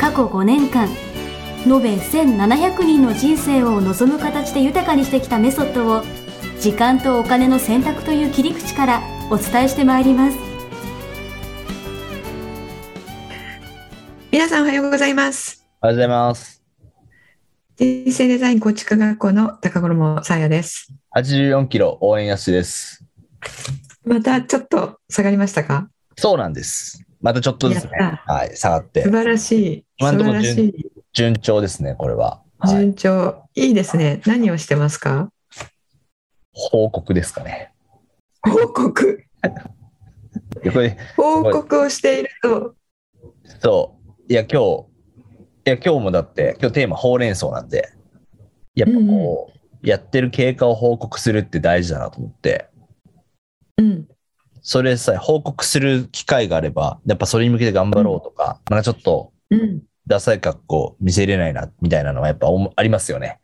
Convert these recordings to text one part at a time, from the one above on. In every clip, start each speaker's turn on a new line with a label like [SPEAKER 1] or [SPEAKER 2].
[SPEAKER 1] 過去5年間延べ1700人の人生を望む形で豊かにしてきたメソッドを時間とお金の選択という切り口からお伝えしてまいります
[SPEAKER 2] 皆さんおはようございます。
[SPEAKER 3] おはようございます。
[SPEAKER 2] 人生デザイン構築学校の高衣さやです。
[SPEAKER 3] 84キロ応援やすしです。
[SPEAKER 2] またちょっと下がりましたか
[SPEAKER 3] そうなんです。またちょっとずつね
[SPEAKER 2] やっ、
[SPEAKER 3] はい、下がって
[SPEAKER 2] 素、晴らしい。
[SPEAKER 3] 今
[SPEAKER 2] 素
[SPEAKER 3] のとこ
[SPEAKER 2] 晴
[SPEAKER 3] ろ
[SPEAKER 2] らしい。
[SPEAKER 3] 順調ですね、これは。はい、
[SPEAKER 2] 順調。いいですね。何をしてますか
[SPEAKER 3] 報告ですかね。
[SPEAKER 2] 報告。
[SPEAKER 3] いやこれ、
[SPEAKER 2] 報告をしていると。
[SPEAKER 3] そう、いや、今日、いや、今日もだって、今日テーマ、ほうれん草なんで、やっぱこう、やってる経過を報告するって大事だなと思って、
[SPEAKER 2] うん。
[SPEAKER 3] それさえ報告する機会があれば、やっぱそれに向けて頑張ろうとか、なんかちょっと、
[SPEAKER 2] うん。
[SPEAKER 3] ダサい格好見せれないな、みたいなのはやっぱおもありますよね。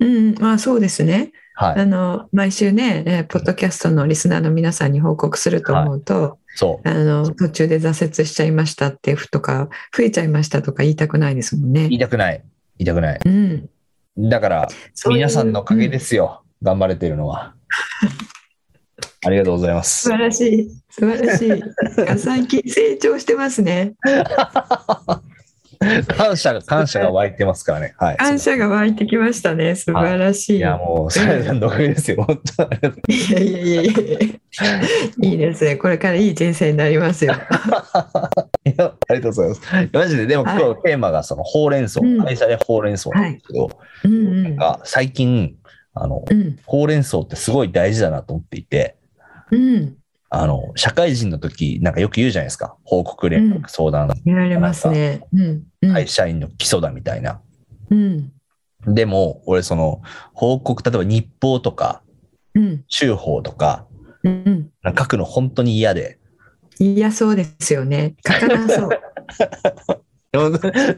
[SPEAKER 2] うん。まあそうですね。
[SPEAKER 3] は
[SPEAKER 2] あ
[SPEAKER 3] い。
[SPEAKER 2] の、毎週ね、えーポッドキャストのリスナーの皆さんに報告すると思うと、
[SPEAKER 3] そう。
[SPEAKER 2] あの、途中で挫折しちゃいましたってとか、増えちゃいましたとか言いたくないですもん
[SPEAKER 3] 言い
[SPEAKER 2] ね。
[SPEAKER 3] たくない。言いたくない。
[SPEAKER 2] うん。
[SPEAKER 3] だから、
[SPEAKER 2] そういう
[SPEAKER 3] 皆さんのおかげ
[SPEAKER 2] うん
[SPEAKER 3] ですよ。頑張れてるの は。ありがとうございま
[SPEAKER 2] 素
[SPEAKER 3] す。
[SPEAKER 2] 晴らしい素晴らしいあ最近成長してますね
[SPEAKER 3] 感謝が、感謝が湧いてますからね。はい。
[SPEAKER 2] 感謝が湧いてきましたね素晴らしい、
[SPEAKER 3] いや、もう、さやさんのおかげですよ。本当ありがとう
[SPEAKER 2] い、やいやいやいやいいですねこれからいい人生になりますよ
[SPEAKER 3] いやありがとうございます。マジで、でも今日
[SPEAKER 2] は
[SPEAKER 3] テーマが、その、ほうれん草、
[SPEAKER 2] うん
[SPEAKER 3] 会社でほうれん草なんですけど、
[SPEAKER 2] うんう
[SPEAKER 3] なん
[SPEAKER 2] ん
[SPEAKER 3] か、最近、あの、
[SPEAKER 2] うん
[SPEAKER 3] ほうれん草ってすごい大事だなと思っていて、
[SPEAKER 2] うん
[SPEAKER 3] あの、社会人の時、なんかよく言うじゃないですか。報告連
[SPEAKER 2] うん
[SPEAKER 3] 絡相談、
[SPEAKER 2] 見られますねうんうん、
[SPEAKER 3] 会社員の基礎だみたいな。
[SPEAKER 2] うん
[SPEAKER 3] でも、俺、その、報告、例えば日報とか、
[SPEAKER 2] うん
[SPEAKER 3] 週報とか、
[SPEAKER 2] うん
[SPEAKER 3] なんか書くの本当に嫌で。
[SPEAKER 2] 嫌そうですよね書かなそう
[SPEAKER 3] でも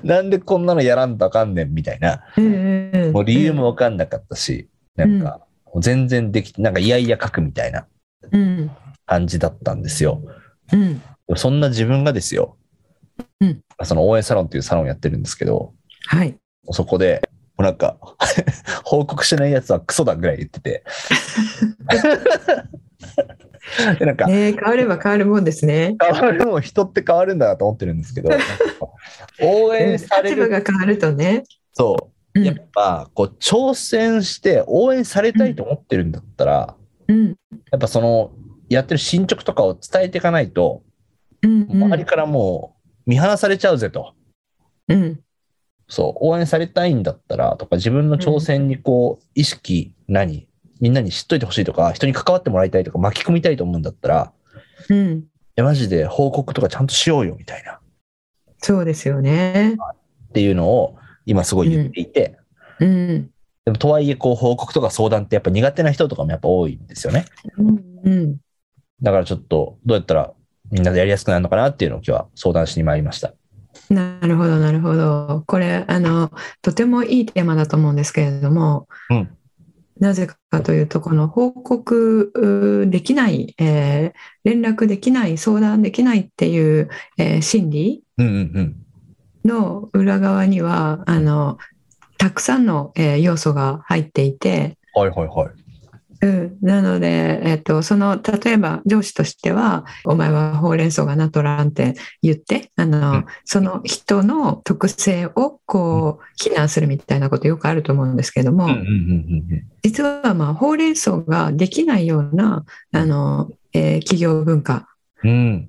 [SPEAKER 3] なんでこんなのやらんとあかんねんみたいな。
[SPEAKER 2] うんうんうん
[SPEAKER 3] もう理由もわかんなかったし、なんか、もう全然できて、なんかいやいや書くみたいな
[SPEAKER 2] うん
[SPEAKER 3] 感じだったんですよ。
[SPEAKER 2] うん
[SPEAKER 3] でもそんな自分がですよ。
[SPEAKER 2] うん
[SPEAKER 3] その応援サロンっていうサロンやってるんですけど、
[SPEAKER 2] はい
[SPEAKER 3] そこで、もうなんか、 報告しないやつはクソだぐらい言っ てて。でなんか、
[SPEAKER 2] ね変われば変わるもんですね
[SPEAKER 3] 変わるもん人って変わるんだなと思ってるん ですけどなんか応
[SPEAKER 2] うん
[SPEAKER 3] 援
[SPEAKER 2] 立
[SPEAKER 3] され
[SPEAKER 2] 場
[SPEAKER 3] る
[SPEAKER 2] が変わるとね、
[SPEAKER 3] と
[SPEAKER 2] うん、
[SPEAKER 3] やっぱこう挑戦して応援されたいと思ってるんだったら、
[SPEAKER 2] うん
[SPEAKER 3] やっぱそのやってる進捗とかを伝えていかないと
[SPEAKER 2] うんうん
[SPEAKER 3] 周りからもう見放されちゃうぜと、
[SPEAKER 2] うん
[SPEAKER 3] そう応援されたいんだったらとか自分の挑戦にこう意識何みんなに知っといてほしいとか人に関わってもらいたいとか巻き込みたいと思うんだったら
[SPEAKER 2] うん
[SPEAKER 3] いやマジで報告とかちゃんとしようよみたいな
[SPEAKER 2] そうですよね
[SPEAKER 3] っていうのを今すごい言っていて、
[SPEAKER 2] うん
[SPEAKER 3] でもとはいえ、こう、報告とか相談ってやっぱ苦手な人とかもやっぱ多いんですよね。
[SPEAKER 2] うん、
[SPEAKER 3] だからちょっと、どうやったらみんなでやりやすくなるのかなっていうのを今日は相談しに参りました。
[SPEAKER 2] なるほどなるほどこれあのとてもいいテーマだと思うんですけれども、
[SPEAKER 3] うん
[SPEAKER 2] なぜかというとこの報告うーできない、えー連絡できない相談できないっていう、えー心理
[SPEAKER 3] うんうんうん。
[SPEAKER 2] の裏側にはあのたくさんの、えー要素が入っていて、
[SPEAKER 3] はいはいはい。
[SPEAKER 2] うん、なので、えっと、その例えば上司としては「お前はほうれん草がなとらん」って言ってあの、
[SPEAKER 3] うん
[SPEAKER 2] その人の特性をこう非難するみたいなことよくあると思うんですけども、
[SPEAKER 3] うんうんうんうんうん。
[SPEAKER 2] 実は、まあ、ほうれん草ができないようなあの、えー企業文化
[SPEAKER 3] うん。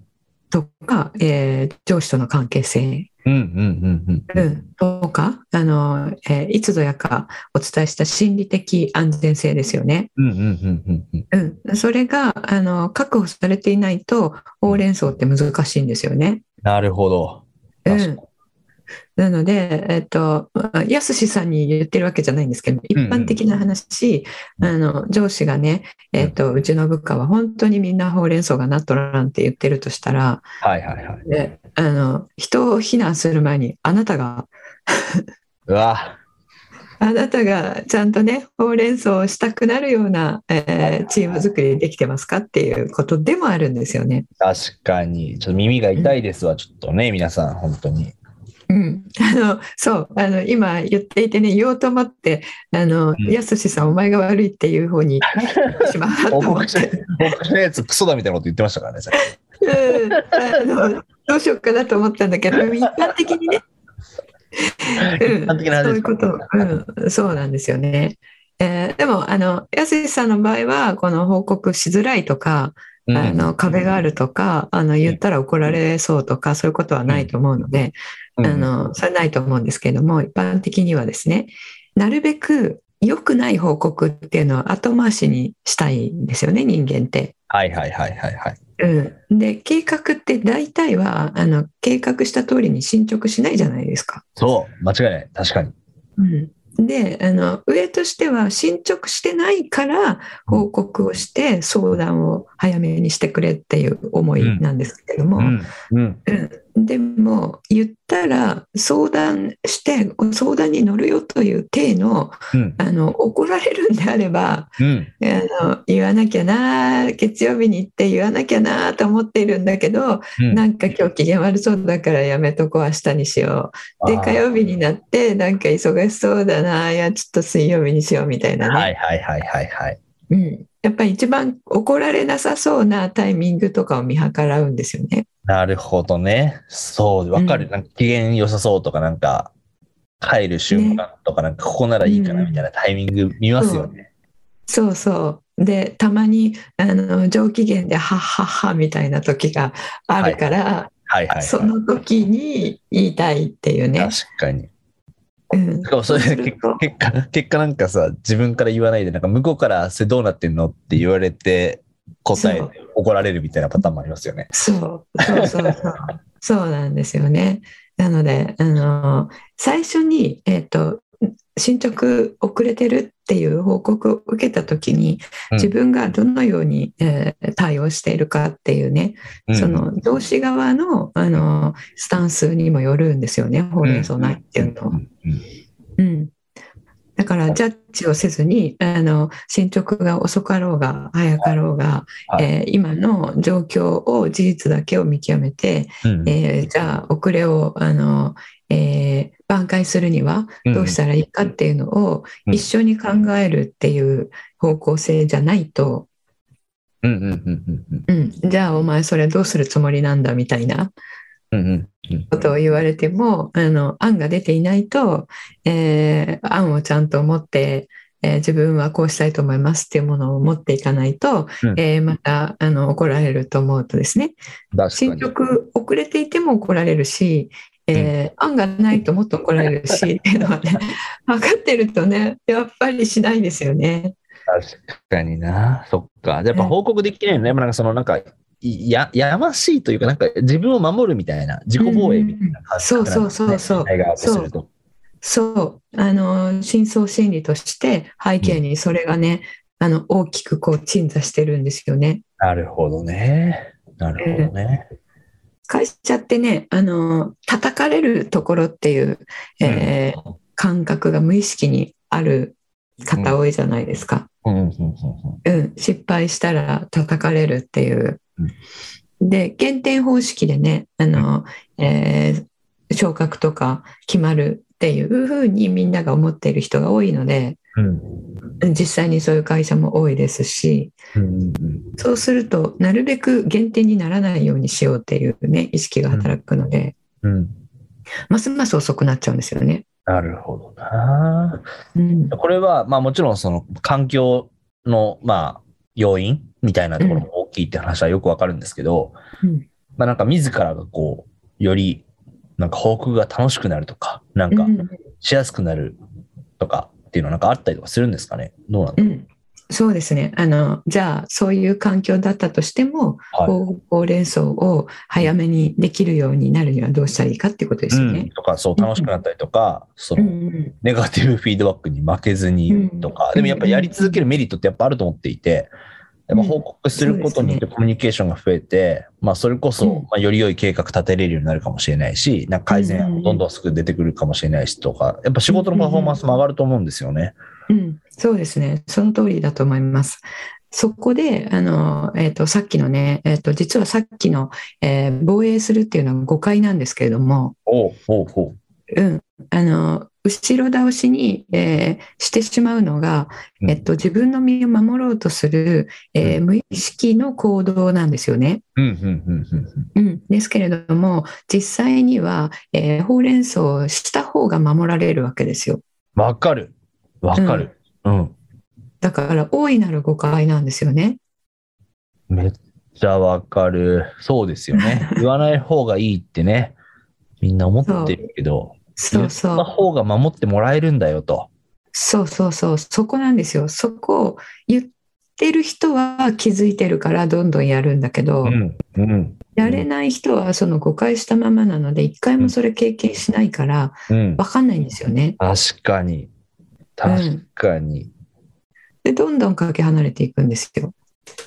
[SPEAKER 2] とか、えー上司との関係性
[SPEAKER 3] うんうんうんう。
[SPEAKER 2] うんんとかあの、えーいつぞやかお伝えした心理的安全性ですよね。
[SPEAKER 3] うんうんうんうんうん。
[SPEAKER 2] うん、それがあの確保されていないとほうれん草って難しいんですよね。
[SPEAKER 3] なるほど。
[SPEAKER 2] う
[SPEAKER 3] 確
[SPEAKER 2] ん
[SPEAKER 3] か、
[SPEAKER 2] なので、えっと、やすしさんに言ってるわけじゃないんですけど、一般的な話、
[SPEAKER 3] うん
[SPEAKER 2] あの上司がね、えっと、うちの部下は本当にみんなほうれん草がなっとらんって言ってるとしたら、
[SPEAKER 3] はいはいはい。
[SPEAKER 2] であの人を非難する前に、あなたが、
[SPEAKER 3] うわ、
[SPEAKER 2] あなたがちゃんとね、ほうれん草をしたくなるような、えーチーム作りできてますかっていうことでもあるんですよね。
[SPEAKER 3] 確かに。ちょっと耳が痛いですわ、ちょっとね、皆さん、本当に。
[SPEAKER 2] うん、あのそうあの今言っていてね言おうと思ってあの、
[SPEAKER 3] うん
[SPEAKER 2] やすしさんお前が悪いっていう方に行ってしまったと 思っ
[SPEAKER 3] 僕
[SPEAKER 2] て、
[SPEAKER 3] のやつ、クソだみたいなこと言ってましたからね、さっき
[SPEAKER 2] うん、あのどうしようかなと思ったんだ けど一般的にね、うん、
[SPEAKER 3] 一般的な話
[SPEAKER 2] そういうこ
[SPEAKER 3] です
[SPEAKER 2] と
[SPEAKER 3] か、
[SPEAKER 2] うん、そうなんですよね。えーでもあのやすしさんの場合はこの報告しづらいとか、
[SPEAKER 3] うん
[SPEAKER 2] あの壁があるとかあの言ったら怒られそうとかそういうことはないと思うので、
[SPEAKER 3] うん
[SPEAKER 2] あの、それはないと思うんですけれども、一般的にはですね、なるべく良くない報告っていうのは後回しにしたいんですよね、人間って。
[SPEAKER 3] はいはいはいはいはい。
[SPEAKER 2] うん。で、計画って大体は、あの、計画した通りに進捗しないじゃないですか。
[SPEAKER 3] そう、間違いない。確かに。
[SPEAKER 2] うん。で、あの、上としては進捗してないから報告をして相談を早めにしてくれっていう思いなんですけれども、
[SPEAKER 3] うん。うん。
[SPEAKER 2] でも言ったら相談して相談に乗るよという体の
[SPEAKER 3] うん。
[SPEAKER 2] あの怒られるんであれば
[SPEAKER 3] うん。
[SPEAKER 2] あの言わなきゃな月曜日に行って言わなきゃなと思っているんだけど、
[SPEAKER 3] うん
[SPEAKER 2] なんか今日機嫌悪そうだからやめとこう明日にしようで
[SPEAKER 3] あー
[SPEAKER 2] 火曜日になってなんか忙しそうだないやちょっと水曜日にしようみたいなね、
[SPEAKER 3] はいはいはいはいはい。
[SPEAKER 2] うん、やっぱり一番怒られなさそうなタイミングとかを見計らうんですよね。
[SPEAKER 3] なるほどね。そう、わかる。
[SPEAKER 2] うん
[SPEAKER 3] なんか機嫌良さそうとか、なんか、帰る瞬間とか、なんか、ここならいいかなみたいなタイミング見ますよね。
[SPEAKER 2] そうそう。で、たまに、あの、上機嫌で、はっはっはみたいな時があるから、
[SPEAKER 3] はいはいはい。
[SPEAKER 2] その時に言いたいっていうね。
[SPEAKER 3] 確かに。
[SPEAKER 2] うん
[SPEAKER 3] し、かもそれ
[SPEAKER 2] そうす
[SPEAKER 3] 結
[SPEAKER 2] ると
[SPEAKER 3] 結果、結果なんかさ、自分から言わないで、なんか向こうから、それどうなってんのって言われて、答え
[SPEAKER 2] そう
[SPEAKER 3] て怒られるみたいなパターンもありますよね。
[SPEAKER 2] そう、そうそうそう。そうなんですよね。なので、あの、最初に、えっ、と、進捗遅れてるっていう報告を受けた時に
[SPEAKER 3] うん
[SPEAKER 2] 自分がどのように、えー対応しているかっていうね、
[SPEAKER 3] うん
[SPEAKER 2] その上司側のあのスタンスにもよるんですよね、ほうれん草ないっていうのは
[SPEAKER 3] ん。ん
[SPEAKER 2] うん、だからジャッジをせずにあの進捗が遅かろうが早かろうが、
[SPEAKER 3] はい
[SPEAKER 2] えー今の状況を事実だけを見極めて、
[SPEAKER 3] うん
[SPEAKER 2] えーじゃあ遅れをあの、えー挽回するにはどうしたらいいかっていうのを
[SPEAKER 3] うん
[SPEAKER 2] 一緒に考えるっていう方向性じゃないと、
[SPEAKER 3] うんうんうんうん
[SPEAKER 2] うん、じゃあお前それどうするつもりなんだみたいな
[SPEAKER 3] うんうんうん
[SPEAKER 2] ことを言われてもあの案が出ていないと、えー案をちゃんと持って、えー自分はこうしたいと思いますっていうものを持っていかないと、
[SPEAKER 3] うん
[SPEAKER 2] えーまたあの怒られると思うとですね
[SPEAKER 3] 確か
[SPEAKER 2] 進
[SPEAKER 3] に。
[SPEAKER 2] 捗遅れていても怒られるし、えー案がないともっと怒られる しっていうのはね分かってるとねやっぱりしないですよね。
[SPEAKER 3] 確かにな。そっか。やっぱ
[SPEAKER 2] うん
[SPEAKER 3] 報告できないのね。まあなんかそのなんか、いや、やましいというか、なんか自分を守るみたいな、自己防衛みたいな感じ
[SPEAKER 2] そうそうそうそう
[SPEAKER 3] タイガーとすると。
[SPEAKER 2] そうあの深層心理として背景にそれがね、あの大きくこう鎮座してるんですよね。
[SPEAKER 3] なるほどね。なるほどね。
[SPEAKER 2] 会社ってねあの叩かれるところっていう、えー感覚が無意識にある方多いじゃないですか、
[SPEAKER 3] うんうんうんうん
[SPEAKER 2] うん失敗したら叩かれるっていう
[SPEAKER 3] う、
[SPEAKER 2] で減点方式でねあの、えー昇格とか決まるっていうふうにみんなが思っている人が多いので
[SPEAKER 3] うん
[SPEAKER 2] 実際にそういう会社も多いですし
[SPEAKER 3] うんうんうん
[SPEAKER 2] そうするとなるべく減点にならないようにしようっていうね意識が働くので。
[SPEAKER 3] うん
[SPEAKER 2] ますます遅くなっちゃうんですよね。
[SPEAKER 3] なるほどな。
[SPEAKER 2] うん、
[SPEAKER 3] これは、まあもちろんその環境の、まあ、要因みたいなところも大きいって話はよくわかるんですけど、
[SPEAKER 2] うん
[SPEAKER 3] まあなんか自らがこう、より、なんか報告が楽しくなるとか、なんか
[SPEAKER 2] うん
[SPEAKER 3] しやすくなるとかっていうのはなんかあったりとかするんですかねどうなんだ
[SPEAKER 2] う
[SPEAKER 3] ろう、
[SPEAKER 2] んそうですねあのじゃあそういう環境だったとしても、
[SPEAKER 3] はい
[SPEAKER 2] ほうれん草を早めにできるようになるにはどうしたらいいかっていうことですよ
[SPEAKER 3] うん
[SPEAKER 2] ね。
[SPEAKER 3] とか、そう、楽しくなったりとか、そ
[SPEAKER 2] うん
[SPEAKER 3] の、ネガティブフィードバックに負けずにとか、
[SPEAKER 2] うん
[SPEAKER 3] でもやっぱやり続けるメリットってやっぱあると思っていて、やっぱ報告することによってコミュニケーションが増えて、まあそれこそ、
[SPEAKER 2] うん
[SPEAKER 3] まあ、より良い計画立てれるようになるかもしれないし、なんか改善案もどんどんすぐ出てくるかもしれないしとか、やっぱ仕事のパフォーマンスも上がると思うんですよね。
[SPEAKER 2] うんうんそうですねその通りだと思います。そこであの、えー、とさっきのね、えー、と実はさっきの、えー防衛するっていうのは誤解なんですけれども、
[SPEAKER 3] おうおうおう
[SPEAKER 2] うん、あの後ろ倒しに、えーしてしまうのが、
[SPEAKER 3] うん
[SPEAKER 2] えっと、自分の身を守ろうとする、えー無意識の行動なんですよね。
[SPEAKER 3] うんうんうんうん
[SPEAKER 2] うん、ですけれども実際には、えーほうれん草をした方が守られるわけですよ
[SPEAKER 3] うん。わかる。わかる。うん。
[SPEAKER 2] だから大いなる誤解なんですよね。
[SPEAKER 3] めっちゃわかる。そうですよ ね。言わない方がいいってね、みんな思ってるけど、
[SPEAKER 2] そうそ
[SPEAKER 3] 言った
[SPEAKER 2] う
[SPEAKER 3] 方が守ってもらえるんだよと。
[SPEAKER 2] そうそうそうそこなんですよそこを言ってる人は気づいてるからどんどんやるんだけど、
[SPEAKER 3] うん。うん。
[SPEAKER 2] やれない人はその誤解したままなので一回もそれ経験しないから
[SPEAKER 3] う
[SPEAKER 2] 分
[SPEAKER 3] ん。
[SPEAKER 2] かんないんですよね。
[SPEAKER 3] 確かに。確かに。
[SPEAKER 2] でどんどんかけ離れていくんですよ。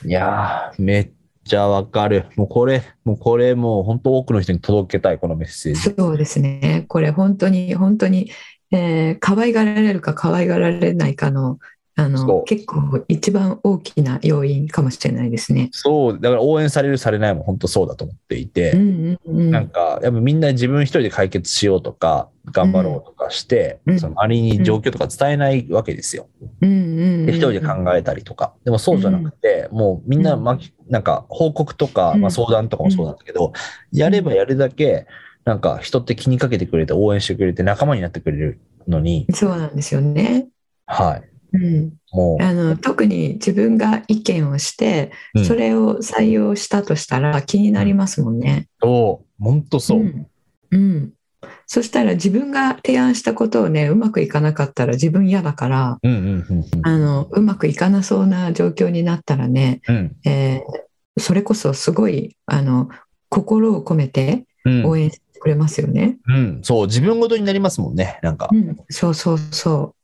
[SPEAKER 3] いやー、めっちゃわかる。もうこれ、もうこれ、もう本当多くの人に届けたい、このメッセージ。
[SPEAKER 2] そうですねこれ本当に本当に、えー可愛がられるか可愛がられないかのあ
[SPEAKER 3] そ
[SPEAKER 2] の
[SPEAKER 3] う
[SPEAKER 2] 結構一番大きな要因かもしれないですね。
[SPEAKER 3] そう、だから応援される、されないも本当そうだと思っていて。
[SPEAKER 2] うんうんうん
[SPEAKER 3] なんか、やっぱみんな自分一人で解決しようとか、頑張ろうとかして、
[SPEAKER 2] うん
[SPEAKER 3] その周りに状況とか伝えないわけですよ。
[SPEAKER 2] うんうんうん
[SPEAKER 3] で一人で考えたりとか。でもそうじゃなくて、もうみんな、まき、なんか報告とか、
[SPEAKER 2] うん
[SPEAKER 3] まあ、相談とかもそうなんだけど、やればやるだけ、なんか人って気にかけてくれて、応援してくれて、仲間になってくれるのに、
[SPEAKER 2] そうなんですよね。
[SPEAKER 3] はい。
[SPEAKER 2] うん、
[SPEAKER 3] も
[SPEAKER 2] あの特に自分が意見をして、
[SPEAKER 3] う、
[SPEAKER 2] そ
[SPEAKER 3] うん、
[SPEAKER 2] れを採用したとしたら気になりますもんね。
[SPEAKER 3] そう、本当そう。
[SPEAKER 2] んうんそしたら自分が提案したことをねうまくいかなかったら自分嫌だから
[SPEAKER 3] うんうんうん
[SPEAKER 2] あのうまくいかなそうな状況になったらね、
[SPEAKER 3] うん
[SPEAKER 2] えーそれこそすごいあの心を込めて
[SPEAKER 3] うん
[SPEAKER 2] 応援してくれますよね。
[SPEAKER 3] うん、そう、自分ごとになりますもんね、なんか。
[SPEAKER 2] うんそうそうそ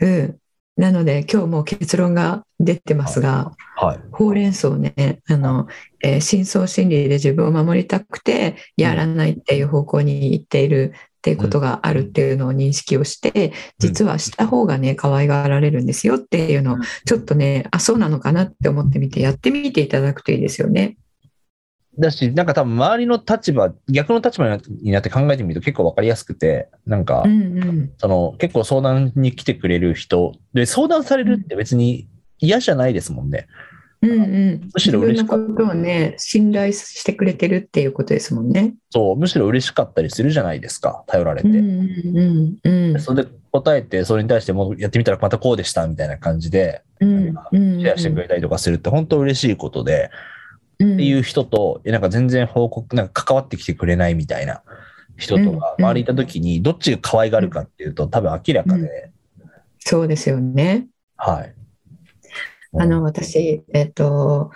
[SPEAKER 2] う。うん、なので今日もう結論が出てますが
[SPEAKER 3] はい。
[SPEAKER 2] ほうれん草ねあの、えー深層心理で自分を守りたくてやらないっていう方向に行っているっていうことがあるっていうのを認識をして実はした方がね可愛がられるんですよっていうのを
[SPEAKER 3] うん
[SPEAKER 2] ちょっとねあそうなのかなって思ってみてやってみていただくといいですよね。
[SPEAKER 3] だし、なんか多分周りの立場、逆の立場になってになって考えてみると結構わかりやすくて、なんか、
[SPEAKER 2] うんうん
[SPEAKER 3] その結構相談に来てくれる人で、相談されるって別に嫌じゃないですもんね。
[SPEAKER 2] うんうん、
[SPEAKER 3] むし
[SPEAKER 2] 自
[SPEAKER 3] ろ
[SPEAKER 2] 分
[SPEAKER 3] 嬉し
[SPEAKER 2] の
[SPEAKER 3] か
[SPEAKER 2] こ
[SPEAKER 3] った
[SPEAKER 2] とをね信頼してくれてるっていうことですもんね。
[SPEAKER 3] そう、むしろ嬉しかったりするじゃないですか、頼られ
[SPEAKER 2] う
[SPEAKER 3] て。
[SPEAKER 2] んうんうんうん
[SPEAKER 3] それで答えて、それに対してもうやってみたらまたこうでしたみたいな感じで、
[SPEAKER 2] うんうん
[SPEAKER 3] シェアしてくれたりとかするって本当嬉しいことで、
[SPEAKER 2] うん
[SPEAKER 3] っていう人と、えなんか全然報告、なんか関わってきてくれないみたいな人とか、
[SPEAKER 2] うん
[SPEAKER 3] 周りいた時に、どっちが可愛がるかっていうと、多分明らかで、
[SPEAKER 2] そうですよね。
[SPEAKER 3] はい。
[SPEAKER 2] あの、私、えっと、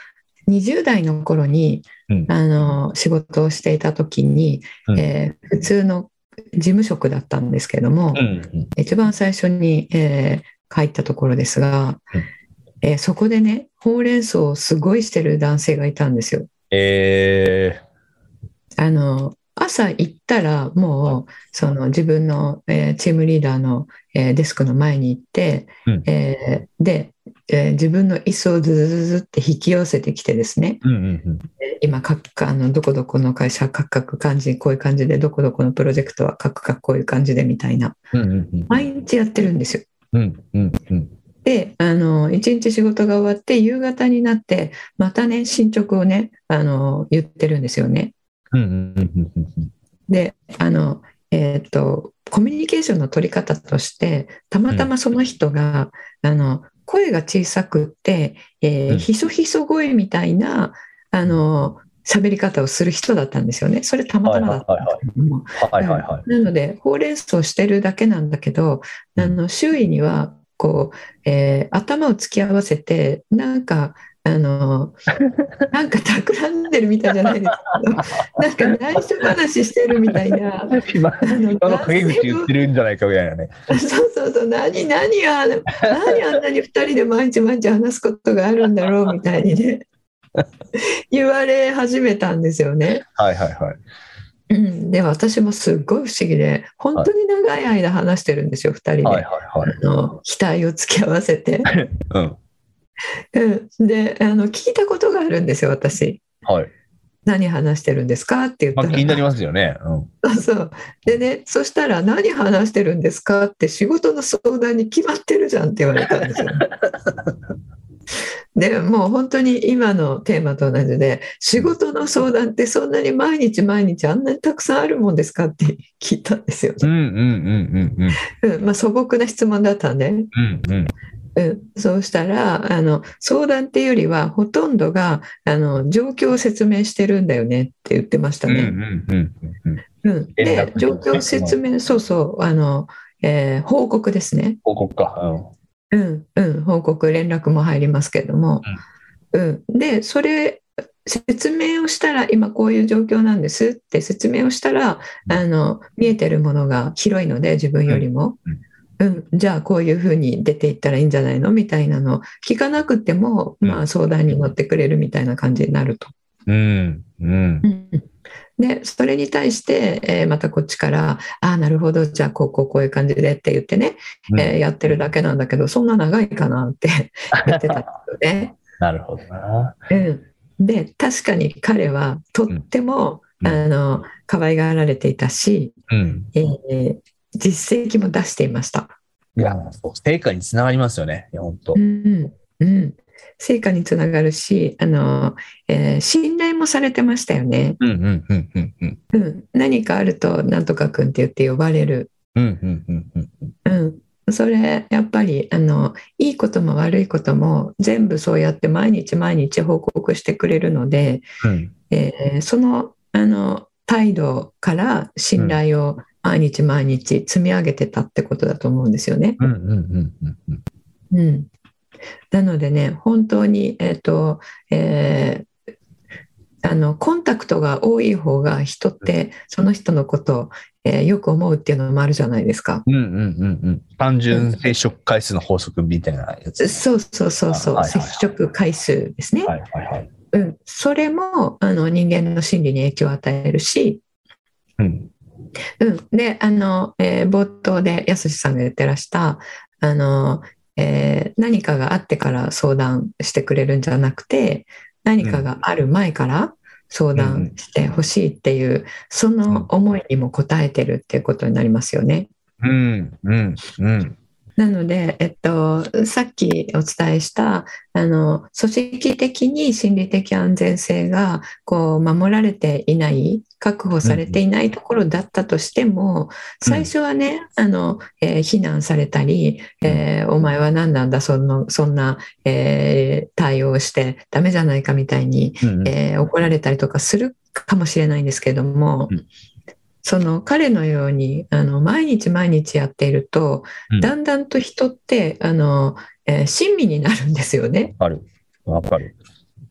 [SPEAKER 2] 20代の頃に、
[SPEAKER 3] うん
[SPEAKER 2] あの仕事をしていた時に、
[SPEAKER 3] うん
[SPEAKER 2] えー普通の事務職だったんですけども、
[SPEAKER 3] うん、うん、
[SPEAKER 2] 一番最初に、えー入ったところですが、
[SPEAKER 3] うん
[SPEAKER 2] えーそこでねほうれん草をすごいしてる男性がいたんですよ。
[SPEAKER 3] え
[SPEAKER 2] あの朝行ったらもうその自分の、えーチームリーダーの、えーデスクの前に行って、
[SPEAKER 3] うん
[SPEAKER 2] えーで、えー自分の椅子をズズズズって引き寄せてきてですね
[SPEAKER 3] ー、うん、うん、うん。
[SPEAKER 2] えー今かあのどこどこの会社カクカク感じこういう感じでどこどこのプロジェクトはカクカクこういう感じでみたいな
[SPEAKER 3] うんうん
[SPEAKER 2] 毎日やってるんですよ。
[SPEAKER 3] うんうんうん
[SPEAKER 2] であの一日仕事が終わって夕方になってまたね進捗をねあの言ってるんですよね。
[SPEAKER 3] うんうんうんうんうん
[SPEAKER 2] であの、えー、とコミュニケーションの取り方としてたまたまその人が、あの声が小さくって、えー
[SPEAKER 3] うん
[SPEAKER 2] ひそひそ声みたいなあの喋り方をする人だったんですよね。それたまたまだったんですけども、
[SPEAKER 3] はいはいはい。
[SPEAKER 2] なのでほうれん草してるだけなんだけど、あの周囲にはこう、えー頭を突き合わせてなんかあの なんか企んでるみたいじゃないです けどなんか内緒話してるみたいな。
[SPEAKER 3] 今
[SPEAKER 2] あの
[SPEAKER 3] 人の陰口言ってるんじゃないかみたいなね。
[SPEAKER 2] そうそうそう何何が何あんなに2人で毎日毎日話すことがあるんだろうみたいに ね言われ始めたんですよね。
[SPEAKER 3] はいはいはい。
[SPEAKER 2] うん、で私もすっごい不思議で本当に長い間話してるんですよ2人で、
[SPEAKER 3] はいはいはい。
[SPEAKER 2] あの額を突き合わせて、
[SPEAKER 3] うん。
[SPEAKER 2] うん、であの聞いたことがあるんですよ私
[SPEAKER 3] はい。
[SPEAKER 2] 何話してるんですかって言っ
[SPEAKER 3] ま
[SPEAKER 2] た
[SPEAKER 3] あ、
[SPEAKER 2] ら、
[SPEAKER 3] 気になりますよね。うん。
[SPEAKER 2] そうそうでねそしたら何話してるんですかって仕事の相談に決まってるじゃんって言われたんです よ。でもう本当に今のテーマと同じで仕事の相談ってそんなに毎日毎日あんなにたくさんあるもんですかって聞いたんですよ
[SPEAKER 3] う
[SPEAKER 2] ね。
[SPEAKER 3] んうんうんうんうん。
[SPEAKER 2] うんまあ、素朴な質問だったんで、ね
[SPEAKER 3] うんうん。
[SPEAKER 2] うん、そうしたらあの相談っていうよりはほとんどがあの状況を説明してるんだよねって言ってました
[SPEAKER 3] うん
[SPEAKER 2] ね。
[SPEAKER 3] うんうんうん。
[SPEAKER 2] うん、
[SPEAKER 3] 連
[SPEAKER 2] で
[SPEAKER 3] 絡、
[SPEAKER 2] 状況説明、そうそう、あの、えー報告ですね。
[SPEAKER 3] 報告か。うん。
[SPEAKER 2] うん、うん、報告、連絡も入りますけども。うん、で、それ、説明をしたら、今こういう状況なんですって説明をしたら、あの、見えてるものが広いので、自分よりも。うん、じゃあこういうふうに出ていったらいいんじゃないのみたいなのを聞かなくても、
[SPEAKER 3] うん
[SPEAKER 2] まあ、相談に乗ってくれるみたいな感じになると。
[SPEAKER 3] うんうん。
[SPEAKER 2] でそれに対して、えーまたこっちから「ああなるほどじゃあこうこうこういう感じで」って言ってね、えーやってるだけなんだけどそんな長いかなって 言ってたんですよ ね。
[SPEAKER 3] なるほどな。
[SPEAKER 2] うん、で確かに彼はとっても、
[SPEAKER 3] うんうん
[SPEAKER 2] あの可愛がられていたし、
[SPEAKER 3] うん。
[SPEAKER 2] えー実績も出していました。
[SPEAKER 3] いや、そう成果につながりますよね。いや、本当。
[SPEAKER 2] うんうん、成果につながるしあの、えー信頼もされてましたよね。
[SPEAKER 3] うんうんうんうんうん。
[SPEAKER 2] うん、何かあるとなんとか君って言って呼ばれる。
[SPEAKER 3] うんうんうんうん。
[SPEAKER 2] うん、それやっぱりあのいいことも悪いことも全部そうやって毎日毎日報告してくれるので、
[SPEAKER 3] うん
[SPEAKER 2] えーそのあの態度から信頼を毎日毎日積み上げてたってことだと思うんですよね。
[SPEAKER 3] うんうんうんうんうん。
[SPEAKER 2] うん、なのでね本当に、えーとえーあのコンタクトが多い方が人ってその人のことを、えーよく思うっていうのもあるじゃないですか。
[SPEAKER 3] うんうんうんうん。単純接触回数の法則みたいなやつ。
[SPEAKER 2] そうそうそうそう、
[SPEAKER 3] あはいはいはい
[SPEAKER 2] 接触回数ですね、
[SPEAKER 3] はいはいはい。
[SPEAKER 2] うん、それもあの人間の心理に影響を与えるし、
[SPEAKER 3] うん。
[SPEAKER 2] うん、であの、えー冒頭でやすしさんが言ってらしたあの、えー何かがあってから相談してくれるんじゃなくて何かがある前から相談してほしいっていう、その思いにも応えてるっていうことになりますよね。
[SPEAKER 3] うんうんうん。
[SPEAKER 2] なので、えっと、さっきお伝えしたあの組織的に心理的安全性がこう守られていない確保されていないところだったとしても、最初はねあの、えー非難されたり、えーお前は何なんだそのそんな、えー対応してダメじゃないかみたいに
[SPEAKER 3] うん
[SPEAKER 2] えー怒られたりとかするかもしれないんですけども、
[SPEAKER 3] うん
[SPEAKER 2] その彼のようにあの毎日毎日やっていると、
[SPEAKER 3] うん
[SPEAKER 2] だんだんと人ってあの、えー親身になるんですよね、
[SPEAKER 3] わかる。わかる。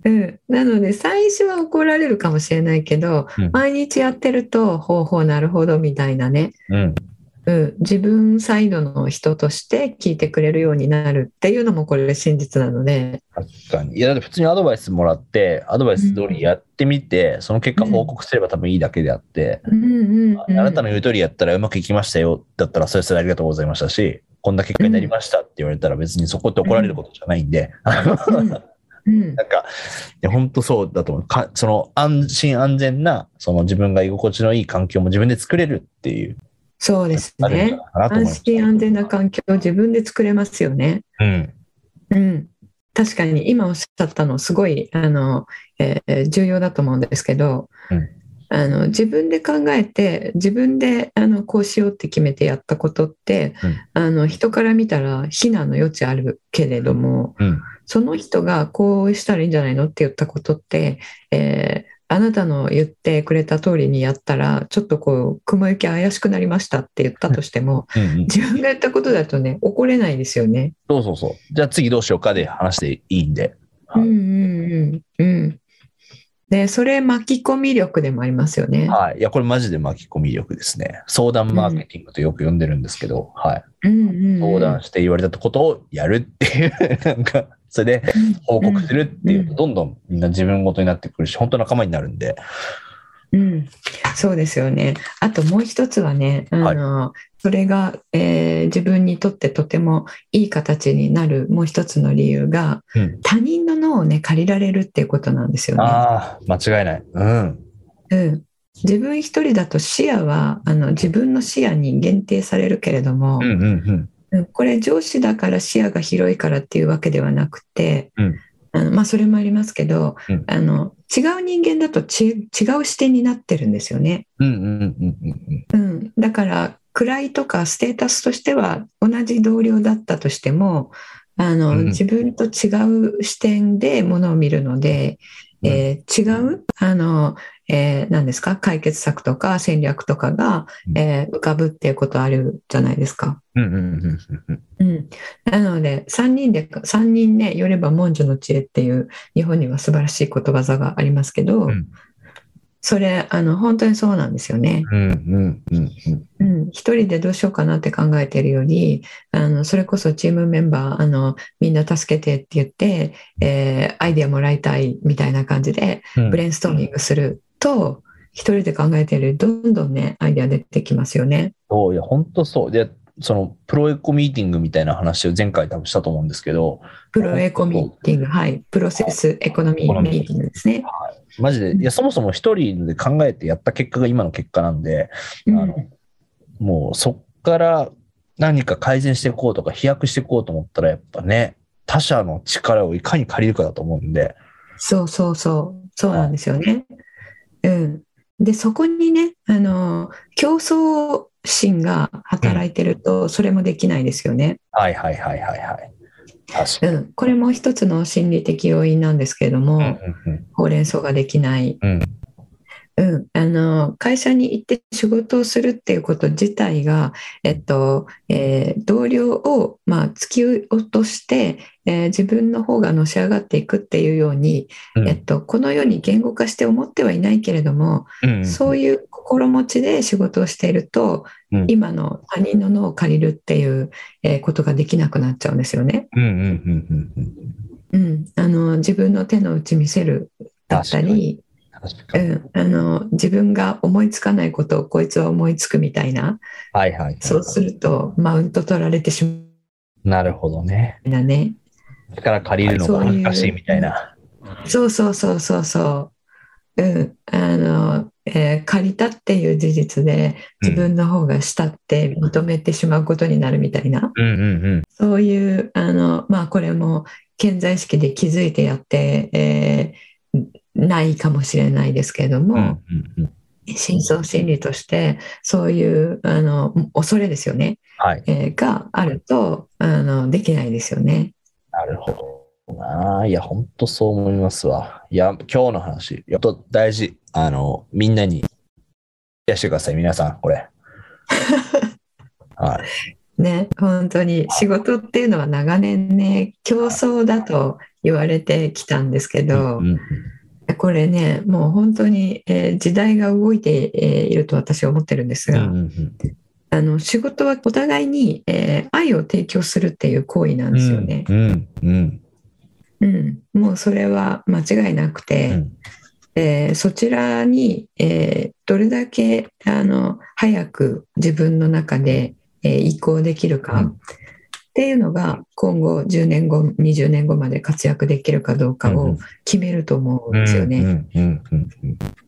[SPEAKER 2] うん、なので最初は怒られるかもしれないけど、
[SPEAKER 3] うん
[SPEAKER 2] 毎日やってるとほうほうなるほどみたいなね、
[SPEAKER 3] うん。
[SPEAKER 2] うん、自分サイドの人として聞いてくれるようになるっていうのもこれ真実なので、
[SPEAKER 3] 確かに。いや、だって普通にアドバイスもらって、アドバイス通りやってみて、その結果報告すれば多分いいだけであって、
[SPEAKER 2] うんうん
[SPEAKER 3] あ
[SPEAKER 2] うん、
[SPEAKER 3] なたの言う通りやったらうまくいきましたよ、だったらそれそれありがとうございましたし、こんな結果になりましたって言われたら別にそこって怒られることじゃないんで、
[SPEAKER 2] うんうん
[SPEAKER 3] なんか、いや本当そうだと思う。かその安心安全な、その自分が居心地のいい環境も自分で作れるっていう、
[SPEAKER 2] そうです
[SPEAKER 3] あるん
[SPEAKER 2] ね
[SPEAKER 3] じゃ。ないかなと思いま
[SPEAKER 2] 安
[SPEAKER 3] す。
[SPEAKER 2] 心安全な環境を自分で作れますよね。
[SPEAKER 3] うん。
[SPEAKER 2] うん、確かに今おっしゃったのすごいあの、えー重要だと思うんですけど、
[SPEAKER 3] うん
[SPEAKER 2] あの自分で考えて自分であのこうしようって決めてやったことって、
[SPEAKER 3] うん
[SPEAKER 2] あの人から見たら非難の余地あるけれども、
[SPEAKER 3] うん。
[SPEAKER 2] その人がこうしたらいいんじゃないのって言ったことって、えーあなたの言ってくれた通りにやったらちょっとこう雲行き怪しくなりましたって言ったとしても
[SPEAKER 3] うんうん
[SPEAKER 2] 自分がやったことだとね怒れないですよね。
[SPEAKER 3] そうそうそう。じゃあ次どうしようかで話していいんで。
[SPEAKER 2] う
[SPEAKER 3] は
[SPEAKER 2] ん
[SPEAKER 3] い
[SPEAKER 2] うんうんうん、でそれ巻き込み力でもありますよね。
[SPEAKER 3] はい。いや、これマジで巻き込み力ですね。相談マーケティングとよく呼んでるんですけど、はい。
[SPEAKER 2] うんうんうん
[SPEAKER 3] 相談して言われたことをやるっていう、 なんか、それで報告するっていう
[SPEAKER 2] うん
[SPEAKER 3] と、どんどんみんな自分ごとになってくるし、本当仲間になるんで。
[SPEAKER 2] うん、そうですよね。あともう一つはね、あのそれが、えー自分にとってとてもいい形になるもう一つの理由が、
[SPEAKER 3] うん
[SPEAKER 2] 他人の脳をね借りられるっていうことなんですよね。
[SPEAKER 3] ああ、間違いない。うん。
[SPEAKER 2] うん、自分一人だと視野はあの自分の視野に限定されるけれども
[SPEAKER 3] うん、うんうん。
[SPEAKER 2] うんこれ上司だから視野が広いからっていうわけではなくて、
[SPEAKER 3] うん
[SPEAKER 2] あのまあ、それもありますけど、
[SPEAKER 3] うん
[SPEAKER 2] あの違う人間だとち違う視点になってるんですよね。
[SPEAKER 3] うんうんうんうん
[SPEAKER 2] うん、だから位とかステータスとしては同じ同僚だったとしてもあの、
[SPEAKER 3] うん
[SPEAKER 2] 自分と違う視点でものを見るので、
[SPEAKER 3] うん
[SPEAKER 2] えー違うあの、えー何ですか解決策とか戦略とかが、
[SPEAKER 3] うん
[SPEAKER 2] えー浮かぶっていうことあるじゃないですか。
[SPEAKER 3] うん。うんうんうんうんうん。
[SPEAKER 2] うん、なので3人で3人ね寄れば文殊の知恵っていう日本には素晴らしい言葉座がありますけど、
[SPEAKER 3] うん
[SPEAKER 2] それあの本当にそうなんですよね。
[SPEAKER 3] うんうんうんうん。
[SPEAKER 2] うん、一人でどうしようかなって考えてるよりあのそれこそチームメンバーあのみんな助けてって言って、えーアイデアもらいたいみたいな感じで
[SPEAKER 3] うん
[SPEAKER 2] ブレインストーミングすると、一人で考えてるよりどんどんねアイデア出てきますよね。
[SPEAKER 3] そう、いや、本当そう。で、その、プロエコミーティングみたいな話を前回多分したと思うんですけど、
[SPEAKER 2] プロエコミーティングはいプロセスエコノミーミーティングですね。
[SPEAKER 3] マジで、
[SPEAKER 2] うん
[SPEAKER 3] いや、そもそも一人で考えてやった結果が今の結果なんで、
[SPEAKER 2] う
[SPEAKER 3] あの
[SPEAKER 2] ん
[SPEAKER 3] もうそっから何か改善していこうとか飛躍していこうと思ったら、やっぱね、他者の力をいかに借りるかだと思うんで、
[SPEAKER 2] そうそうそう、そうなんですよね。うん、で、そこにね、あの競争心が働いてると、それもできないですよね。
[SPEAKER 3] はいはいはいはいはい。確か
[SPEAKER 2] う
[SPEAKER 3] に。
[SPEAKER 2] ん、これも一つの心理的要因なんですけれども、
[SPEAKER 3] うん
[SPEAKER 2] ほうれん草ができない、
[SPEAKER 3] うん
[SPEAKER 2] うん、あの会社に行って仕事をするっていうこと自体が、えっとえー同僚を、まあ、突き落として、えー自分の方がのし上がっていくっていうように、
[SPEAKER 3] うん
[SPEAKER 2] えっと、このように言語化して思ってはいないけれども、
[SPEAKER 3] うんうん
[SPEAKER 2] そういう心持ちで仕事をしていると、
[SPEAKER 3] うん
[SPEAKER 2] 今の他人の脳を借りるっていう、えーことができなくなっちゃうんですよね。
[SPEAKER 3] うんうんうんうんうん。
[SPEAKER 2] うん、あの自分の手の内見せるだった
[SPEAKER 3] 確かに
[SPEAKER 2] り、
[SPEAKER 3] 確か
[SPEAKER 2] う
[SPEAKER 3] に。
[SPEAKER 2] ん、あの自分が思いつかないことをこいつは思いつくみたいな
[SPEAKER 3] はいはい。
[SPEAKER 2] そうするとマウント取られてしま
[SPEAKER 3] なるほどね。
[SPEAKER 2] うんだね
[SPEAKER 3] 力借りるのが恥ずかしいみたいな。
[SPEAKER 2] そうそうそうそうそう、うんあのえー借りたっていう事実で自分の方がしたって認めてしまうことになるみたいな
[SPEAKER 3] うんうんうん。
[SPEAKER 2] そういうあの、まあ、これも潜在意識で気づいてやって、えーないかもしれないですけれども。
[SPEAKER 3] うんうんうん。
[SPEAKER 2] 深層心理としてそういうあの恐れですよね、
[SPEAKER 3] はい。
[SPEAKER 2] えーがあるとあのできないですよね。
[SPEAKER 3] なるほどな。いや、ほんとそう思いますわ。いや、今日の話、やっと大事。あの、みんなに、やしてください、皆さん、これ。はい。
[SPEAKER 2] ね本当に仕事っていうのは長年ね競争だと言われてきたんですけど
[SPEAKER 3] うんうん
[SPEAKER 2] これねもう本当に、えー時代が動いてえーいると私は思ってるんです
[SPEAKER 3] うん
[SPEAKER 2] が、
[SPEAKER 3] うんうん
[SPEAKER 2] あの仕事はお互いに、えー愛を提供するっていう行為なんですよね。
[SPEAKER 3] うんうん
[SPEAKER 2] うん、もうそれは間違いなくて、
[SPEAKER 3] うん
[SPEAKER 2] えーそちらに、えーどれだけあの早く自分の中で、えー移行できるか
[SPEAKER 3] うん
[SPEAKER 2] っていうのが今後10年後20年後まで活躍できるかどうかを決めると思うんですよね。
[SPEAKER 3] うんうん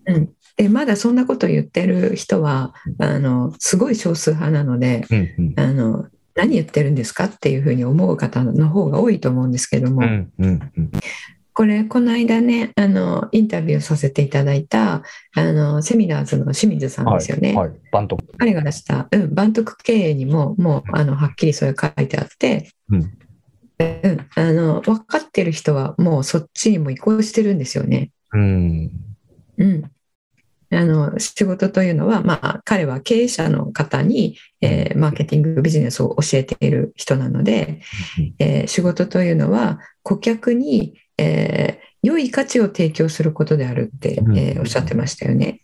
[SPEAKER 3] うん
[SPEAKER 2] でまだそんなこと言ってる人はあのすごい少数派なので
[SPEAKER 3] うんうん
[SPEAKER 2] あの何言ってるんですかっていうふうに思う方の方が多いと思うんですけども、
[SPEAKER 3] うんうんうん
[SPEAKER 2] これこの間ねあのインタビューさせていただいたあのセミナーズの清水さんですよね。
[SPEAKER 3] はい。バント。
[SPEAKER 2] 彼が出した、うん、万徳経営にももうあのはっきりそれ書いてあって、
[SPEAKER 3] うん
[SPEAKER 2] うんあの分かってる人はもうそっちにも移行してるんですよね。
[SPEAKER 3] うん。
[SPEAKER 2] うん、あの仕事というのは、まあ、彼は経営者の方に、えーマーケティングビジネスを教えている人なので、えー仕事というのは顧客に、えー良い価値を提供することであるって、
[SPEAKER 3] うん
[SPEAKER 2] えーおっしゃってましたよね。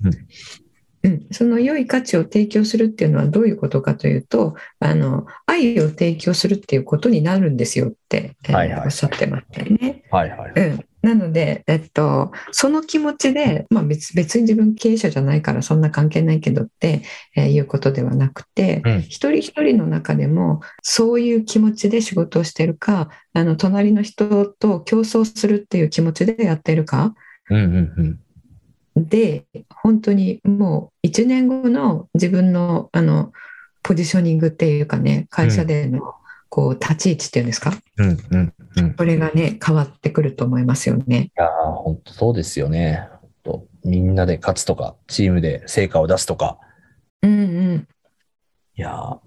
[SPEAKER 2] うん、その良い価値を提供するっていうのはどういうことかというとあの愛を提供するっていうことになるんですよって、えー
[SPEAKER 3] はいはい
[SPEAKER 2] おっしゃってましたよね。
[SPEAKER 3] はいはい。
[SPEAKER 2] うん、なので、えっと、その気持ちで、まあ、別別に自分経営者じゃないからそんな関係ないけどって、えーいうことではなくて、
[SPEAKER 3] うん
[SPEAKER 2] 一人一人の中でもそういう気持ちで仕事をしてるかあの隣の人と競争するっていう気持ちでやってるか
[SPEAKER 3] うんうん
[SPEAKER 2] で本当にもう1年後の自分のあのポジショニングっていうかね会社での、こう立ち位置っていうんですか
[SPEAKER 3] うん。うんうんうん。
[SPEAKER 2] これがね変わってくると思いますよね。
[SPEAKER 3] いやー、本当そうですよね。ほんとみんなで勝つとか、チームで成果を出すとか。
[SPEAKER 2] うんうん
[SPEAKER 3] いやー、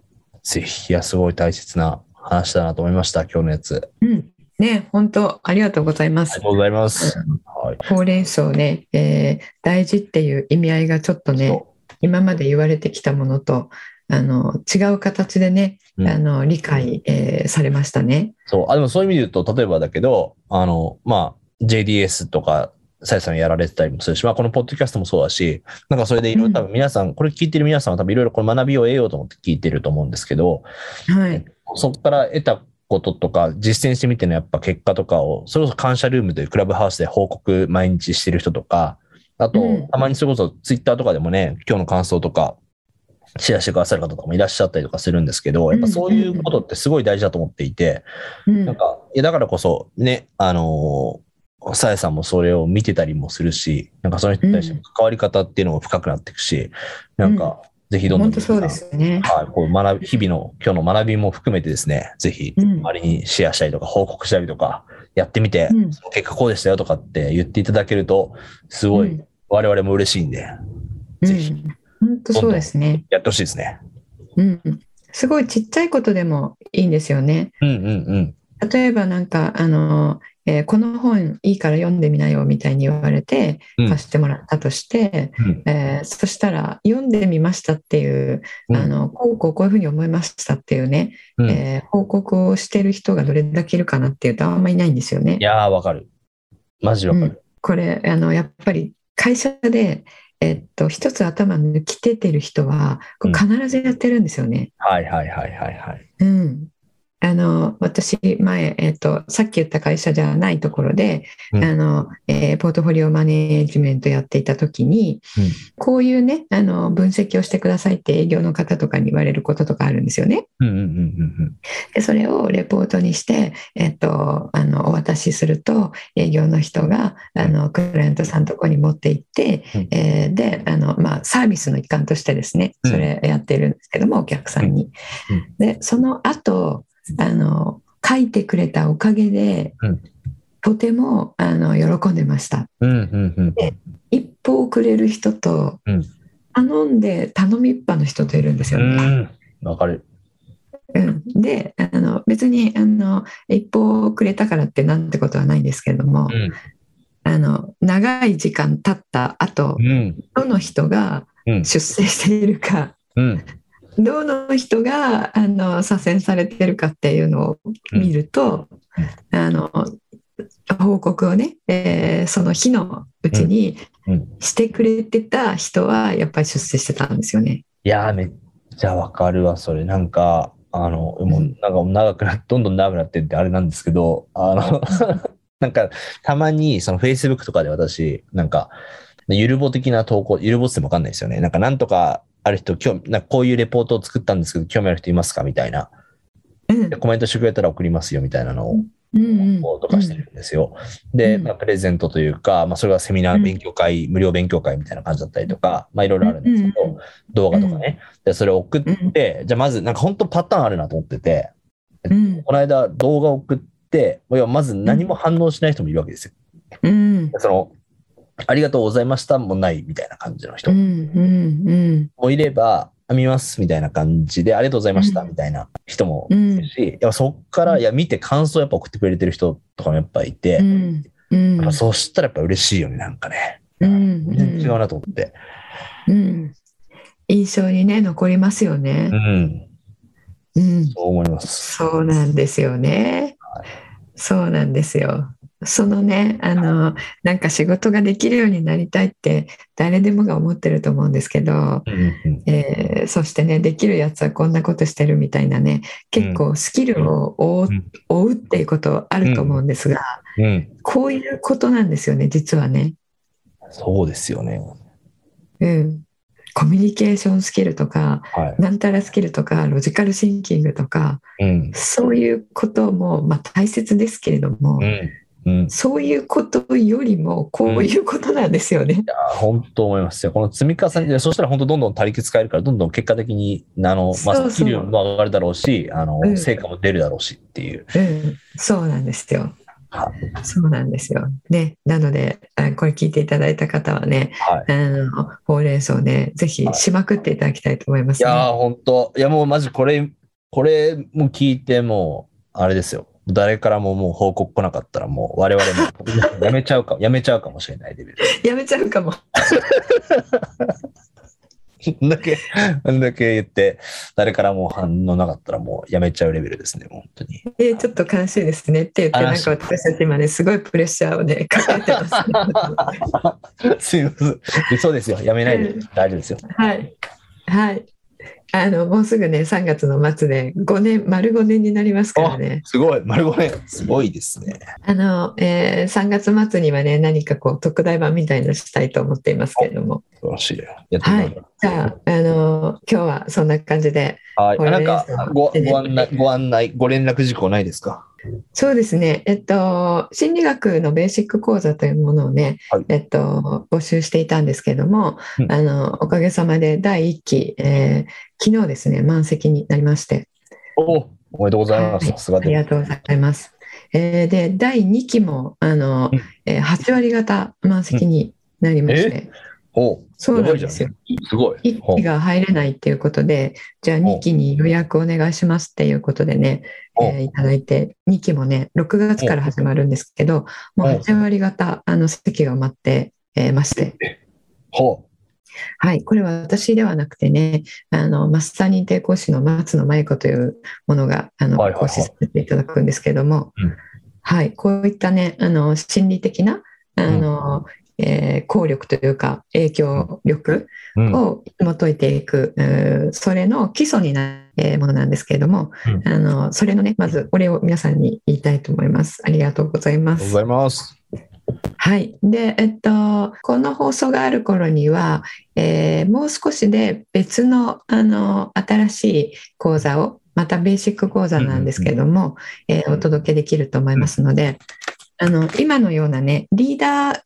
[SPEAKER 3] ぜひ、いや、すごい大切な話だなと思いました、今日のやつ。
[SPEAKER 2] うん、ね、本当ありがとうございま
[SPEAKER 3] あり
[SPEAKER 2] す
[SPEAKER 3] が。とうございます。はい。
[SPEAKER 2] ほうれん草ね、えー大事っていう意味合いがちょっとね、
[SPEAKER 3] そ
[SPEAKER 2] 今まで言われてきたものとあの違う形でね、
[SPEAKER 3] ううん
[SPEAKER 2] あの理解、えーされましたね。
[SPEAKER 3] そう。あ、でもそういう意味で言うと、例えばだけど、あの、まあ、JDS とか、さやさんやられてたりもするし、まあ、このポッドキャストもそうだし、なんかそれでいろいろ多分皆さん、これ聞いてる皆さんは多分いろいろこれ学びを得ようと思って聞いてると思うんですけど、
[SPEAKER 2] はい、
[SPEAKER 3] そこから得たこととか、実践してみてのやっぱ結果とかを、それこそ感謝ルームというクラブハウスで報告毎日してる人とか、あと、
[SPEAKER 2] うん
[SPEAKER 3] たまにそれこそツイッターとかでもね、今日の感想とか、シェアしてくださる方とかもいらっしゃったりとかするんですけど、やっぱそういうことってすごい大事だと思っていて、
[SPEAKER 2] うん
[SPEAKER 3] なんか、いや、だからこそ、ね、あのーさやさんもそれを見てたりもするし、なんかその人に対しての関わり方っていうのも深くなっていくし、なんか、ぜひどんどん
[SPEAKER 2] 本当そうですね。
[SPEAKER 3] はい、こう学び、日々の今日の学びも含めてですね、ぜひ、
[SPEAKER 2] うん
[SPEAKER 3] 周りにシェアしたりとか、報告したりとか、やってみて、
[SPEAKER 2] うん
[SPEAKER 3] その結果こうでしたよとかって言っていただけると、すご
[SPEAKER 2] う
[SPEAKER 3] い
[SPEAKER 2] ん、
[SPEAKER 3] 我々も嬉しいんで、
[SPEAKER 2] う
[SPEAKER 3] ぜひ、
[SPEAKER 2] ん、本当そうですね。
[SPEAKER 3] やってほしいですね。
[SPEAKER 2] うん、すごいちっちゃいことでもいいんですよね。
[SPEAKER 3] うんうんうん。
[SPEAKER 2] 例えばなんかあの、えーこの本いいから読んでみなよみたいに言われて
[SPEAKER 3] うん
[SPEAKER 2] 貸してもらったとして、
[SPEAKER 3] うん
[SPEAKER 2] えーそしたら読んでみましたっていう、
[SPEAKER 3] うん
[SPEAKER 2] あのこうこうこういうふうに思いましたっていうね、
[SPEAKER 3] うんい
[SPEAKER 2] えー報告をしてる人がどれだけいるかなっていうとあんまりいないんですよね。
[SPEAKER 3] やー、わかる。マジわかる。
[SPEAKER 2] これあのやっぱり会社で、えっと一つ頭抜き出てる人はこれ
[SPEAKER 3] う
[SPEAKER 2] 必ずやってるんですよね。
[SPEAKER 3] はいはいはいはいはい。
[SPEAKER 2] うんあの私前、えっとさっき言った会社じゃないところで、
[SPEAKER 3] うん
[SPEAKER 2] あのえーポートフォリオマネジメントやっていた時に、
[SPEAKER 3] うん
[SPEAKER 2] こういうねあの分析をしてくださいって営業の方とかに言われることとかあるんですよね。
[SPEAKER 3] うんうんうん
[SPEAKER 2] でそれをレポートにして、えっと、あのお渡しすると営業の人があのクライアントさんのとこに持って行って、
[SPEAKER 3] うん
[SPEAKER 2] えーであの、まあ、サービスの一環としてですね
[SPEAKER 3] うん
[SPEAKER 2] それやってるんですけども、お客さんに。でその後あの書いてくれたおかげで、
[SPEAKER 3] うん
[SPEAKER 2] とてもあの喜んでました。
[SPEAKER 3] うんうん。うんうんうん。
[SPEAKER 2] 一報くれる人と、
[SPEAKER 3] うん
[SPEAKER 2] 頼んで頼みっぱの人といるんですよね。
[SPEAKER 3] うん。わかる。
[SPEAKER 2] うん、であの別にあの一報くれたからってなんてことはないんですけれども、
[SPEAKER 3] うん。
[SPEAKER 2] あの長い時間経った後
[SPEAKER 3] うん。
[SPEAKER 2] どの人が
[SPEAKER 3] うん
[SPEAKER 2] 出世しているか、
[SPEAKER 3] うん。
[SPEAKER 2] どの人があの左遷されてるかっていうのを見ると、あの報告をね、えーその日のうちに
[SPEAKER 3] うんうん
[SPEAKER 2] してくれてた人はやっぱり出世してたんですよね。
[SPEAKER 3] いやー、めっちゃわかるわ、それ。なんか、あの、もう、
[SPEAKER 2] うん
[SPEAKER 3] なんか長くなどんどん長くなってってあれなんですけど、あの、 なんか、たまに、その Facebook とかで私、なんか、ゆるぼ的な投稿、ゆるぼってもわかんないですよね。なんか、なんとか、ある人、今日、なんかこういうレポートを作ったんですけど、興味ある人いますかみたいな。
[SPEAKER 2] うん
[SPEAKER 3] でコメントしてくれたら送りますよ、みたいなのを、
[SPEAKER 2] うんうん
[SPEAKER 3] とかしてるんですよ。で、
[SPEAKER 2] うん
[SPEAKER 3] まあ、プレゼントというか、まあ、それがセミナ
[SPEAKER 2] う
[SPEAKER 3] ー
[SPEAKER 2] ん
[SPEAKER 3] 勉強会、無料勉強会みたいな感じだったりとか、まあ、いろいろあるんですけど、
[SPEAKER 2] うんうん
[SPEAKER 3] 動画とかね。で、それを送って、じゃあまず、なんか本当パターンあるなと思ってて、
[SPEAKER 2] うん
[SPEAKER 3] この間動画を送って、いやまず何も反応しない人もいるわけですよ。
[SPEAKER 2] うん
[SPEAKER 3] その、ありがとうございましたもないみたいな感じの人
[SPEAKER 2] うんうんうん
[SPEAKER 3] もいれば、あ見ますみたいな感じで、ありがとうございましたみたいな人も
[SPEAKER 2] う
[SPEAKER 3] い
[SPEAKER 2] ん
[SPEAKER 3] るし、やっぱそっから、いや、見て感想やっぱ送ってくれてる人とかもやっぱいて、
[SPEAKER 2] うんうん
[SPEAKER 3] やっぱそうしたらやっぱ嬉しいよね、なんかね。
[SPEAKER 2] うんう
[SPEAKER 3] 全然違
[SPEAKER 2] ん
[SPEAKER 3] うなと思って。
[SPEAKER 2] うん、印象にね残りますよね
[SPEAKER 3] う。ん。
[SPEAKER 2] うん
[SPEAKER 3] そう思います。
[SPEAKER 2] そうなんですよね。そうなんですよ。そのね、あの、なんか仕事ができるようになりたいって誰でもが思ってると思うんですけど、
[SPEAKER 3] うんうん
[SPEAKER 2] えーそしてね、できるやつはこんなことしてるみたいなね、結構スキルを追う,、
[SPEAKER 3] うん
[SPEAKER 2] 追うっていうことあると思うんですが、
[SPEAKER 3] うん。うん。
[SPEAKER 2] こういうことなんですよね、実はね。
[SPEAKER 3] そうですよね。
[SPEAKER 2] うん。コミュニケーションスキルとか、
[SPEAKER 3] は
[SPEAKER 2] なんたらスキルとか、ロジカルシンキングとか、
[SPEAKER 3] い。うん。
[SPEAKER 2] そういうことも、まあ、大切ですけれども、
[SPEAKER 3] うん。うん。い
[SPEAKER 2] そういうことよりもこういうことなんですよね。
[SPEAKER 3] やー、本当思いますよ。この積み重ねで、そしたら本当どんどん他力使えるから、どんどん結果的に、あの、ま
[SPEAKER 2] そうそう
[SPEAKER 3] あ、スキルも上がるだろうし、あの
[SPEAKER 2] う、ん
[SPEAKER 3] 成果も出るだろうしっていう。
[SPEAKER 2] うん、そうなんですよ
[SPEAKER 3] は。
[SPEAKER 2] そうなんですよ。ね、なのであこれ聞いていただいた方はね、
[SPEAKER 3] はい。
[SPEAKER 2] あのほうれん草ね、ぜひしまくっていただきたいと思いま
[SPEAKER 3] い
[SPEAKER 2] す、ね。
[SPEAKER 3] やー、本当いや、もうマジこれ、これも聞いて、もう、あれですよ。誰からももう報告来なかったら、もう我々 もやめちゃうか、やめちゃうかもしれないレベル。
[SPEAKER 2] やめちゃうかも。
[SPEAKER 3] あんだけ、あんだけ言って、誰からも反応なかったらもうやめちゃうレベルですね、本 当に。
[SPEAKER 2] えーちょっと悲しいですねって言って、なん
[SPEAKER 3] 悲しい
[SPEAKER 2] か私たち今ね、すごいプレッシャーをね、かけてます、
[SPEAKER 3] すいません。そうですよ。やめないで。大丈夫ですよ。
[SPEAKER 2] はい。はい。あの、もうすぐね、3月の末で5年、丸5年になりますからね。
[SPEAKER 3] すごい。丸ごめん。すごいですね。
[SPEAKER 2] あの、えー3月末にはね、何かこう、特大版みたいなのしたいと思っていますけれども。
[SPEAKER 3] 素晴らしい。やってみま
[SPEAKER 2] は
[SPEAKER 3] し
[SPEAKER 2] い。じゃあ、あの、今日はそんな感じで。
[SPEAKER 3] はい。
[SPEAKER 2] これ
[SPEAKER 3] あなん
[SPEAKER 2] です
[SPEAKER 3] かご、ご案内
[SPEAKER 2] う、ん
[SPEAKER 3] ご案内、ご連絡事項ないですか
[SPEAKER 2] そうですね。えっと、心理学のベーシック講座というものをね、
[SPEAKER 3] はい
[SPEAKER 2] えっと、募集していたんですけれども、
[SPEAKER 3] うん
[SPEAKER 2] あの、おかげさまで第1期、えー昨日ですね、満席になりまして、
[SPEAKER 3] おおめでとうございます。
[SPEAKER 2] はい
[SPEAKER 3] さすが
[SPEAKER 2] あり
[SPEAKER 3] で
[SPEAKER 2] がとうございます。えーで第2期もあの
[SPEAKER 3] うん、
[SPEAKER 2] えー8割方満席になりまして、
[SPEAKER 3] お
[SPEAKER 2] そうなんですよ。
[SPEAKER 3] すごい。
[SPEAKER 2] 1期が入れないっていうことでじゃあ2期に予約お願いしますっていうことでね、
[SPEAKER 3] お
[SPEAKER 2] えーいただいて2期もね6月から始まるんですけどもう
[SPEAKER 3] お
[SPEAKER 2] 8割方あの席が埋まって、えーまして、
[SPEAKER 3] ほ
[SPEAKER 2] はい、これは私ではなくてねあのマスター認定講師の松野舞子というものがあの、
[SPEAKER 3] はいはいは
[SPEAKER 2] 講
[SPEAKER 3] い
[SPEAKER 2] 師させていただくんですけども、
[SPEAKER 3] うん
[SPEAKER 2] はい、こういったねあの心理的なあの、えー効力というか影響力
[SPEAKER 3] う。うん。
[SPEAKER 2] を紐解いていく、うーそれの基礎になるえーものなんですけれども、
[SPEAKER 3] うん
[SPEAKER 2] あのそれのねまずお礼を皆さんに言いたいと思います。ありがとうございま
[SPEAKER 3] ありがとう
[SPEAKER 2] す
[SPEAKER 3] ござ。います。
[SPEAKER 2] はい。で、えっと、この放送がある頃には、えーもう少しで別の、あの、新しい講座を、またベーシック講座なんですけども、えーお届けできると思いますので、あの、今のようなね、リーダー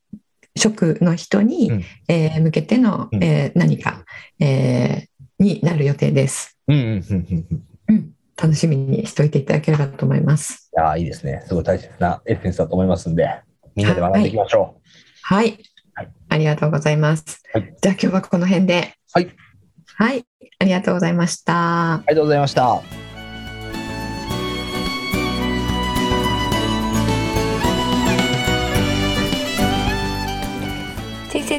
[SPEAKER 2] 職の人に、
[SPEAKER 3] うん
[SPEAKER 2] えー向けての、
[SPEAKER 3] うん
[SPEAKER 2] えー何か、えーになる予定です。
[SPEAKER 3] うんうんうんうんうん。い
[SPEAKER 2] 楽しみにしておいていただければと思います。
[SPEAKER 3] やーいいですね。すごい大切なエッセンスだと思いますんで、みんなで学んでいきましょ
[SPEAKER 2] はい
[SPEAKER 3] はい。
[SPEAKER 2] ありがとうございます。
[SPEAKER 3] はい
[SPEAKER 2] じゃあ今日はこの辺で。
[SPEAKER 3] はい。
[SPEAKER 2] はい。ありがとうございました
[SPEAKER 3] う。。ありがとうございました。
[SPEAKER 4] 人生